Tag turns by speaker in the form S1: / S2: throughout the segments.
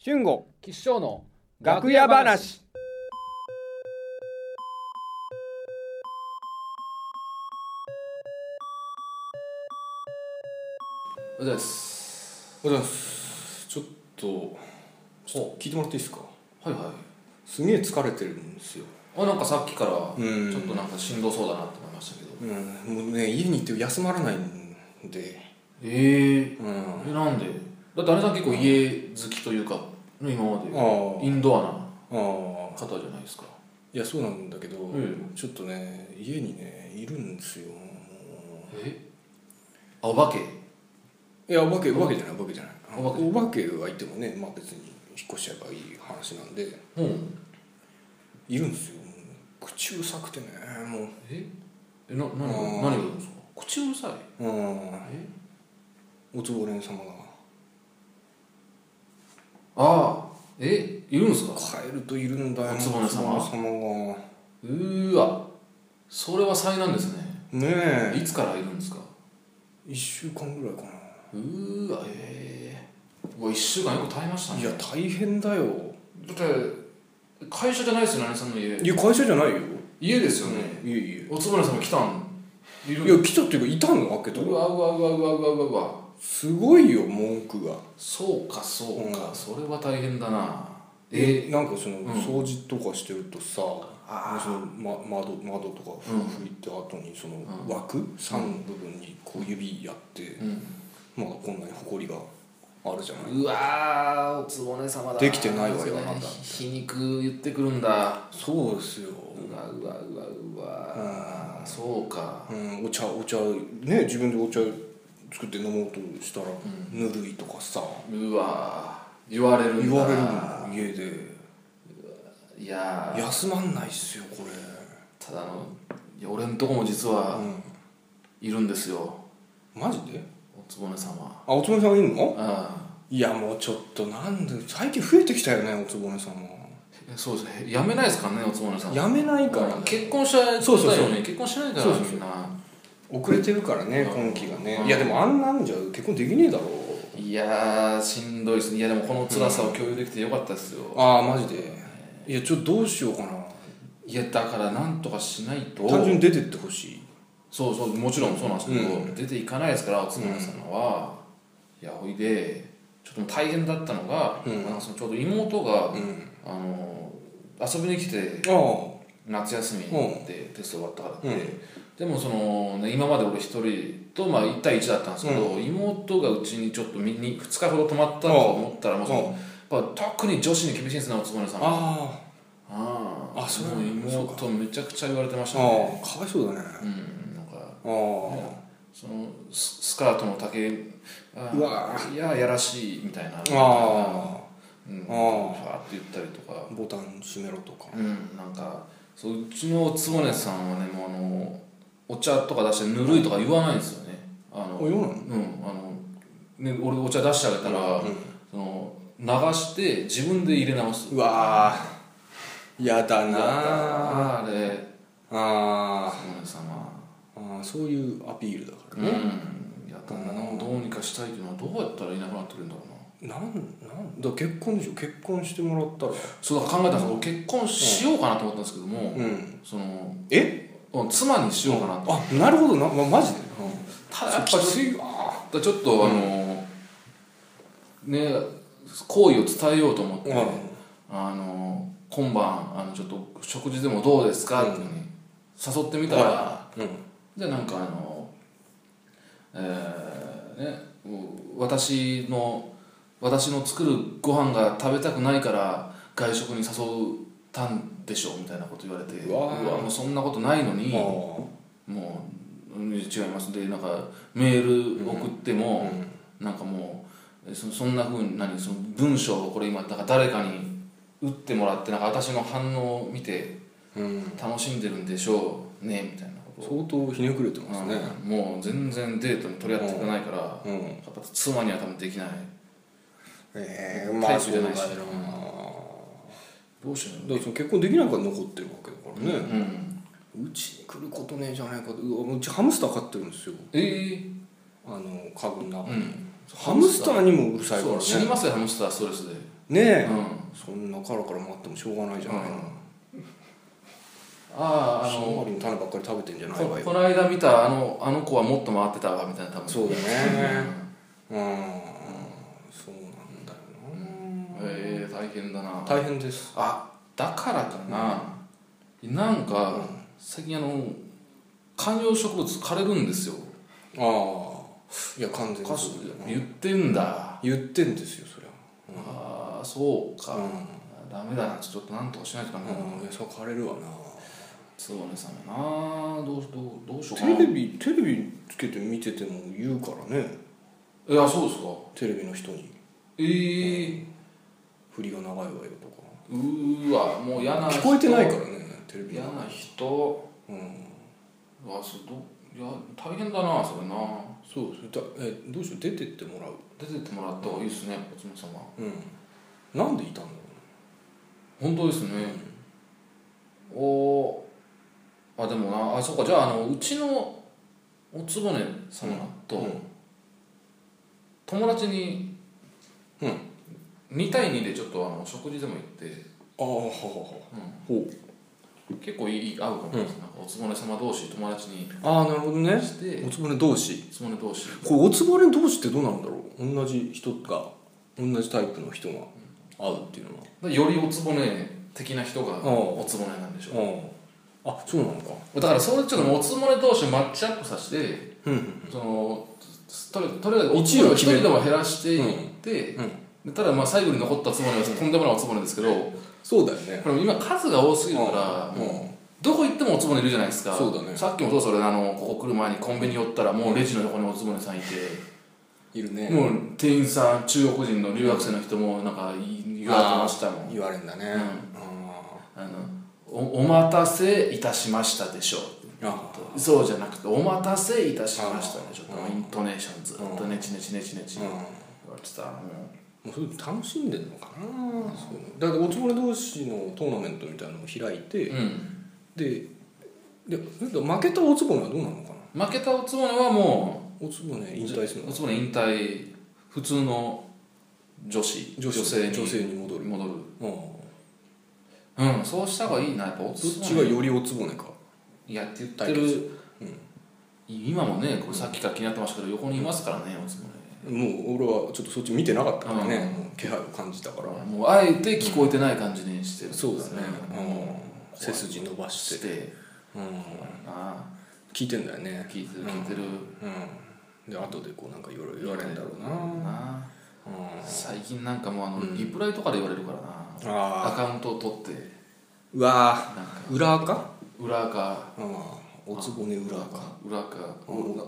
S1: 俊吾
S2: 吉祥の
S1: 楽屋話
S3: おはようございます
S4: おはようございますちょっとちょっと聞いてもらっていいですか
S3: はいは
S4: すげえ疲れてるんですよ
S3: いあなんかさっきからち
S4: うん
S3: ょっとなんかしんどそうだなって思いましたけ
S4: う
S3: ど
S4: んもうね家に行って休まらないんで
S3: ええ
S4: うんあ
S3: えなんでだって姉さん結構家好きというかの今まで
S4: あ
S3: インドアな
S4: ああ
S3: 方じゃないですか
S4: いやそうなんだけど、
S3: え
S4: ちょっとね家にねいるんですよ
S3: えあお化け
S4: いやお化けお化けじゃないお化けじゃない
S3: お化け
S4: お化けはいてもねまあ別に引っ越しちゃえばいい話なんで
S3: うん
S4: いるんですよ口うさくてねもう
S3: ええな何が
S4: あー
S3: 何がいるんですか口うるさい
S4: うん
S3: え
S4: おつぼれん様が
S3: ああえいるんですか
S4: カエルといるんだよ
S3: お局様
S4: お局様が
S3: うーわそれは災難ですね
S4: ねえ
S3: いつからいるんですか
S4: 1週間ぐらいか
S3: うーわええうわ1週間よく耐えました
S4: な
S3: ね
S4: いや大変だよ
S3: だって会社じゃないですよね姉さんの家
S4: いや会社じゃないよ
S3: 家ですよね、
S4: いやいや
S3: おつぼねさんも来たんいる
S4: いや来たっていうかいたの開けた
S3: う
S4: ら
S3: わうわうわうわうわうわうわ
S4: すごいよ文句が
S3: そうかそうか、
S4: うん
S3: それは大変だなえ
S4: なんかその
S3: うん
S4: 掃除とかしてるとさ、
S3: あ
S4: その、ま、窓窓とかふ
S3: うん
S4: 拭いた後にその
S3: ん
S4: 枠桟の部分にこう指やって、
S3: うん
S4: まだこんなにほこりがあるじゃないう
S3: わーおつぼね様だ
S4: できてないわよ
S3: そうだ
S4: あなた
S3: 皮肉言ってくるんだ
S4: そうですよ
S3: うわうわうわうわそうか
S4: うん、お茶お茶ね自分でお茶作って飲もうとしたら、ぬるいとかさ
S3: うわ言われるんだ
S4: 言われるの家で
S3: いやー
S4: 休まんないっすよこれ
S3: ただあのいや俺んとこも実はいるんですよ、
S4: マジで
S3: おつぼね様
S4: あおつぼねさんがいるの
S3: ああ
S4: いやもうちょっとなんで最近増えてきたよねおつぼねさんは
S3: そうですねやめないですからねおつぼね様
S4: やめないからね
S3: 結婚したいよね
S4: そうそうそう
S3: 結婚しないから
S4: そうそうそう
S3: みんな
S4: 遅れてるからね
S3: うん
S4: 今期がね
S3: うん
S4: いやでもあんなんじゃ結婚できねえだろ
S3: いやーしんどいですねいやでもこの辛さを共有できてよかったですよ、
S4: ああマジでいやちょっとどうしようかない
S3: やだからなんとかしないと
S4: 単純に出てってほしい
S3: そうそうもちろんそうなんですけど、
S4: う
S3: 出ていかないですからおつぼね様は、いやおいでちょっともう大変だったのが、
S4: うん
S3: あのそのちょうど妹が、
S4: うん
S3: あの遊びに来て
S4: ああ
S3: 夏休みでテスト終わったからって、
S4: うん
S3: でもその、ね、今まで俺一人と、まあ、1対1だったんですけど、妹がうちにちょっと見に2日ほど泊まったと思ったらもうそのやっぱ特に女子に厳しいんですねおつぼねさんは
S4: あ
S3: あ
S4: あそう
S3: も妹めちゃくちゃ言われてま
S4: あああ
S3: し
S4: か
S3: たね
S4: わいそうだね
S3: うんなんか
S4: ああ
S3: そのススカートの丈あ
S4: うわ
S3: いややらしいみたいな
S4: あ
S3: うん
S4: あー
S3: ファーって言ったりとか
S4: あボタン閉めろとか
S3: うんなんかそううちの坪根さんはねもうあのお茶とか出してぬるいとか言わないんですよねあの
S4: あ言わない
S3: うんあの、ね、俺お茶出してあげたら、その流して自分で入れ直す
S4: うわーやだ
S3: や
S4: な
S3: だ
S4: あ
S3: なあれ
S4: あ
S3: 坪根様
S4: ああそういうアピールだか
S3: うんやだなどうにかしたいっていうのはどうやったらいなくなってくるんだろうな
S4: らなんなんだから結婚でしょ結婚してもらったら
S3: そうだから考えたんですよ俺結婚しようかなと思ったんですけども、
S4: うん
S3: その
S4: え
S3: うん妻にしようかなと、
S4: あなるほどな、ま、マジで、
S3: ただやっぱ
S4: そっかついあ
S3: だちょっとあの、ね好意を伝えようと思って、
S4: うん
S3: あの今晩あのちょっと食事でもどうですか、っていうふうに誘ってみたら、
S4: ーうん
S3: じゃあなんかあのえーねう私の私の作るご飯が食べたくないから外食に誘ったんでしょみたいなこと言われて
S4: うわー
S3: もうそんなことないのにもううん違いますでなんかメール送って
S4: あ
S3: も、
S4: ー
S3: なんかもうえそそんなふうに何その文章をこれ今なんか誰かに打ってもらってなんか私の反応を見て
S4: うん、うん、
S3: 楽しんでるんでしょうねみたいなこと
S4: 相
S3: を
S4: 当ひねくれてますね
S3: うんもう全然デートに取り合っていかないから、や
S4: うん、
S3: っぱ妻には多分できない
S4: ええま
S3: タ
S4: あ
S3: イ
S4: そ
S3: プ
S4: う
S3: じ
S4: だよ
S3: ゃな
S4: ない
S3: し
S4: だ
S3: どうしよ
S4: からその結婚できないから残ってるわけだからね、
S3: ううん
S4: うちに来ることねえじゃないかとうわうちハムスター飼ってるんですよ
S3: ええ
S4: あの家具の中
S3: う
S4: に、
S3: ん
S4: ハムスターにもうるさいか
S3: そう死
S4: ら
S3: に
S4: ね
S3: ますよハムスターストレスで
S4: ね
S3: う
S4: え、
S3: ん
S4: そんなカラカラ回ってもしょうがないじゃないの、
S3: あああ
S4: シ
S3: の
S4: マリの種ばっかり食べてんじゃないわ
S3: こ
S4: よ
S3: この間見たあのあの子はもっと回ってたわみたいな多分
S4: そうだ
S3: うん
S4: ねうん、そうなんだよ
S3: えー、大変だな
S4: な大変です
S3: あだからかな、なんか、最近あの観葉植物枯れるんですよ
S4: ああいや完全にそうだよ
S3: 言ってんだ、
S4: 言ってんですよそりゃ
S3: ああそうか、
S4: うん
S3: ダメだなちょっとなんとかしないとダメだな、
S4: うんいやそれ枯れるわな
S3: つばねさんもなどうどうどうしようかな
S4: テレビテレビつけて見てても言うからね
S3: いやそうですか
S4: テレビの人に
S3: ええ
S4: 振りが長いわよと
S3: うーわもう嫌な
S4: か
S3: 人
S4: 聞こえてないからねテレビ
S3: 嫌な人
S4: うん
S3: うわそれどいや大変だなそれな
S4: そうそれだえどうしよう出てってもらう
S3: 出てってもらった方がいいですねおつむ様
S4: うんなんでいたんだろ
S3: 本当ですね、おーあでもなあそうかじゃああのうちのおつぼね様と、友達に、2対2でちょっとあの食事でも行って
S4: うああははほう
S3: 結構いい合うかもしれないです、なんかおつぼね様同士友達に
S4: ああなるほどね
S3: して
S4: おつぼね同士
S3: おつぼね同士
S4: これおつぼね同士ってどうなんだろう同じ人が同じタイプの人が会うっていうのは
S3: だよりおつぼね的な人が
S4: うん
S3: おつぼねなんでしょ
S4: ああそうなのか
S3: うだからそれちょっともうおつぼね同士をマッチアップさせて
S4: うん
S3: そのとりとりあえずおつ
S4: 一
S3: ぼ
S4: 位
S3: ね
S4: を
S3: 一
S4: 決める
S3: 人でも減らしていって、
S4: うん
S3: でただまあ最後に残ったつぼねはとんでもないおつぼねですけどこ
S4: そうだよね
S3: れ今数が多すぎるから
S4: うん
S3: もうどこ行ってもおつぼねいるじゃないですか
S4: そうだね
S3: さっきもそうそれあのここ来る前にコンビニ寄ったらもうレジの横におつぼねさんいて
S4: いるね
S3: もう店員さん中国人の留学生の人もなんか言われてましたもん
S4: 言われるんだね
S3: うん
S4: あ
S3: あのおお待たせいたしましたでしょ
S4: ーあ
S3: そうじゃなくてお待たせいたしましたでしょ
S4: あ
S3: イントネーションずっとねちねちねちねち
S4: うん
S3: 言われてたも
S4: もうそういうの楽しんでんのかなそうだっておつぼね同士のトーナメントみたいなのを開いうて
S3: うん
S4: でで負けたおつぼねはどうなのかな
S3: 負けたおつぼねはもう
S4: おつぼね引退するの
S3: おつぼね引退普通の女子
S4: 女子
S3: 性に
S4: 女性に戻る
S3: 戻る
S4: うん
S3: うんそうした方がいいなやっぱおつ
S4: どっ
S3: ぼね
S4: ちがよりおつぼねか
S3: いやって言ってる、今もねこれさっきから気になってましたけど横にいますからねおつぼね
S4: もう俺はちょっとそっち見てなかったからね、もう気配を感じたから、
S3: もうあえて聞こえてない感じにしてる
S4: そうだね、
S3: う
S4: うんん、背筋伸ばして、
S3: して
S4: うん、
S3: あ
S4: 聞いてんだよ
S3: あ
S4: ね
S3: 聞いてる聞いてる
S4: うんで後でこうなんかいろいろ言われるんだろうな、うん、
S3: な
S4: あ
S3: 最近なんかもうあのリプライとかで言われるからなア
S4: あ
S3: カウントを取って
S4: うわ
S3: なんか
S4: ー裏か
S3: 裏か
S4: うんおつぼね裏か
S3: 裏か、俺が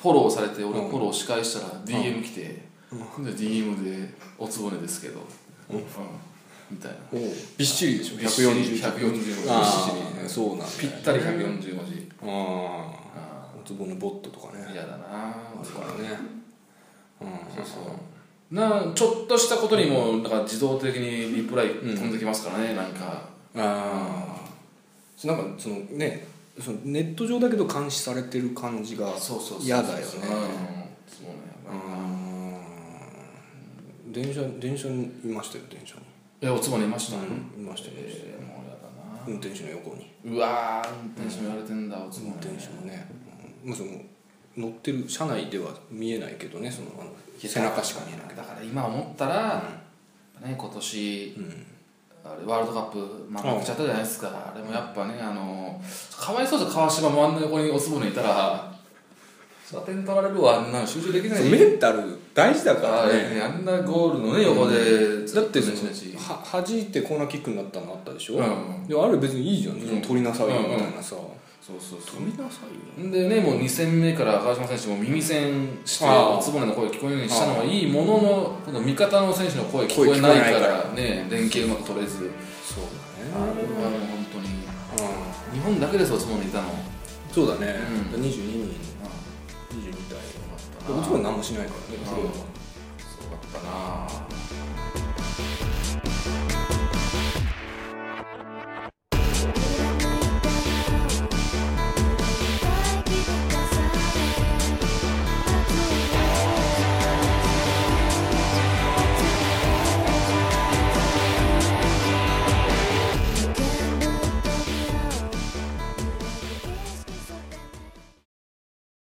S3: フォローされて俺フォロー仕返したら DM 来て、で DM で「おつぼねですけど」うんみたいな
S4: おうびっしりでしょ
S3: びっしり
S4: 140
S3: 140文字びっし
S4: ああ
S3: り
S4: そうなんだ
S3: ぴったり140文字
S4: ああおつぼねボットとかね
S3: 嫌だな
S4: あるからねうん
S3: そうそうなちょっとしたことにもだから自動的にリプライ飛んできますからね、なんか
S4: ああなんかそのねそのネット上だけど監視されてる感じが
S3: そうそうそう
S4: 嫌だよね
S3: うんそうねやばい
S4: うん電車電車にいましたよ電車に
S3: えおつぼねいました、
S4: うんいましたよ
S3: えーもうやだな
S4: 運転手の横に
S3: うわー運転手も言われてんだ、おつぼ
S4: 運
S3: ね
S4: 転手もねうんもうその乗ってる車内では見えないけどねそのあの背中しか見えないけ
S3: だから今思ったら、ね、今年、あれワールドカップ、まあ、負けちゃったじゃないですか、あれもやっぱねあのかわいそうじゃん川島もあんな横におつぼねいたらそりゃ点取られるわあんなの集中でき
S4: ど
S3: ない
S4: そうメンタル大事だから
S3: あ
S4: ね
S3: れねあんなゴールのね横で
S4: だってそ
S3: ね
S4: のは弾いてコーナーキックになったのあったでしょ
S3: うん
S4: でもあれ別にいいじゃんその取りなさいよみたいなさ
S3: そうそうそ
S4: 取りなさいよ
S3: うでねもう2戦目から川島選手も耳栓して
S4: ああ
S3: おつぼねの声聞こえるようにしたのはいいものの今度味方の選手の声聞こえないからね連携うまく取れず
S4: そう
S3: あ
S4: だね
S3: れはもう本当
S4: う
S3: に
S4: ん
S3: 日本だけですおつもりいたの
S4: そうだね、
S3: う
S4: 22人22体おつぼに何もしないからね
S3: うん
S4: それは
S3: すごかったな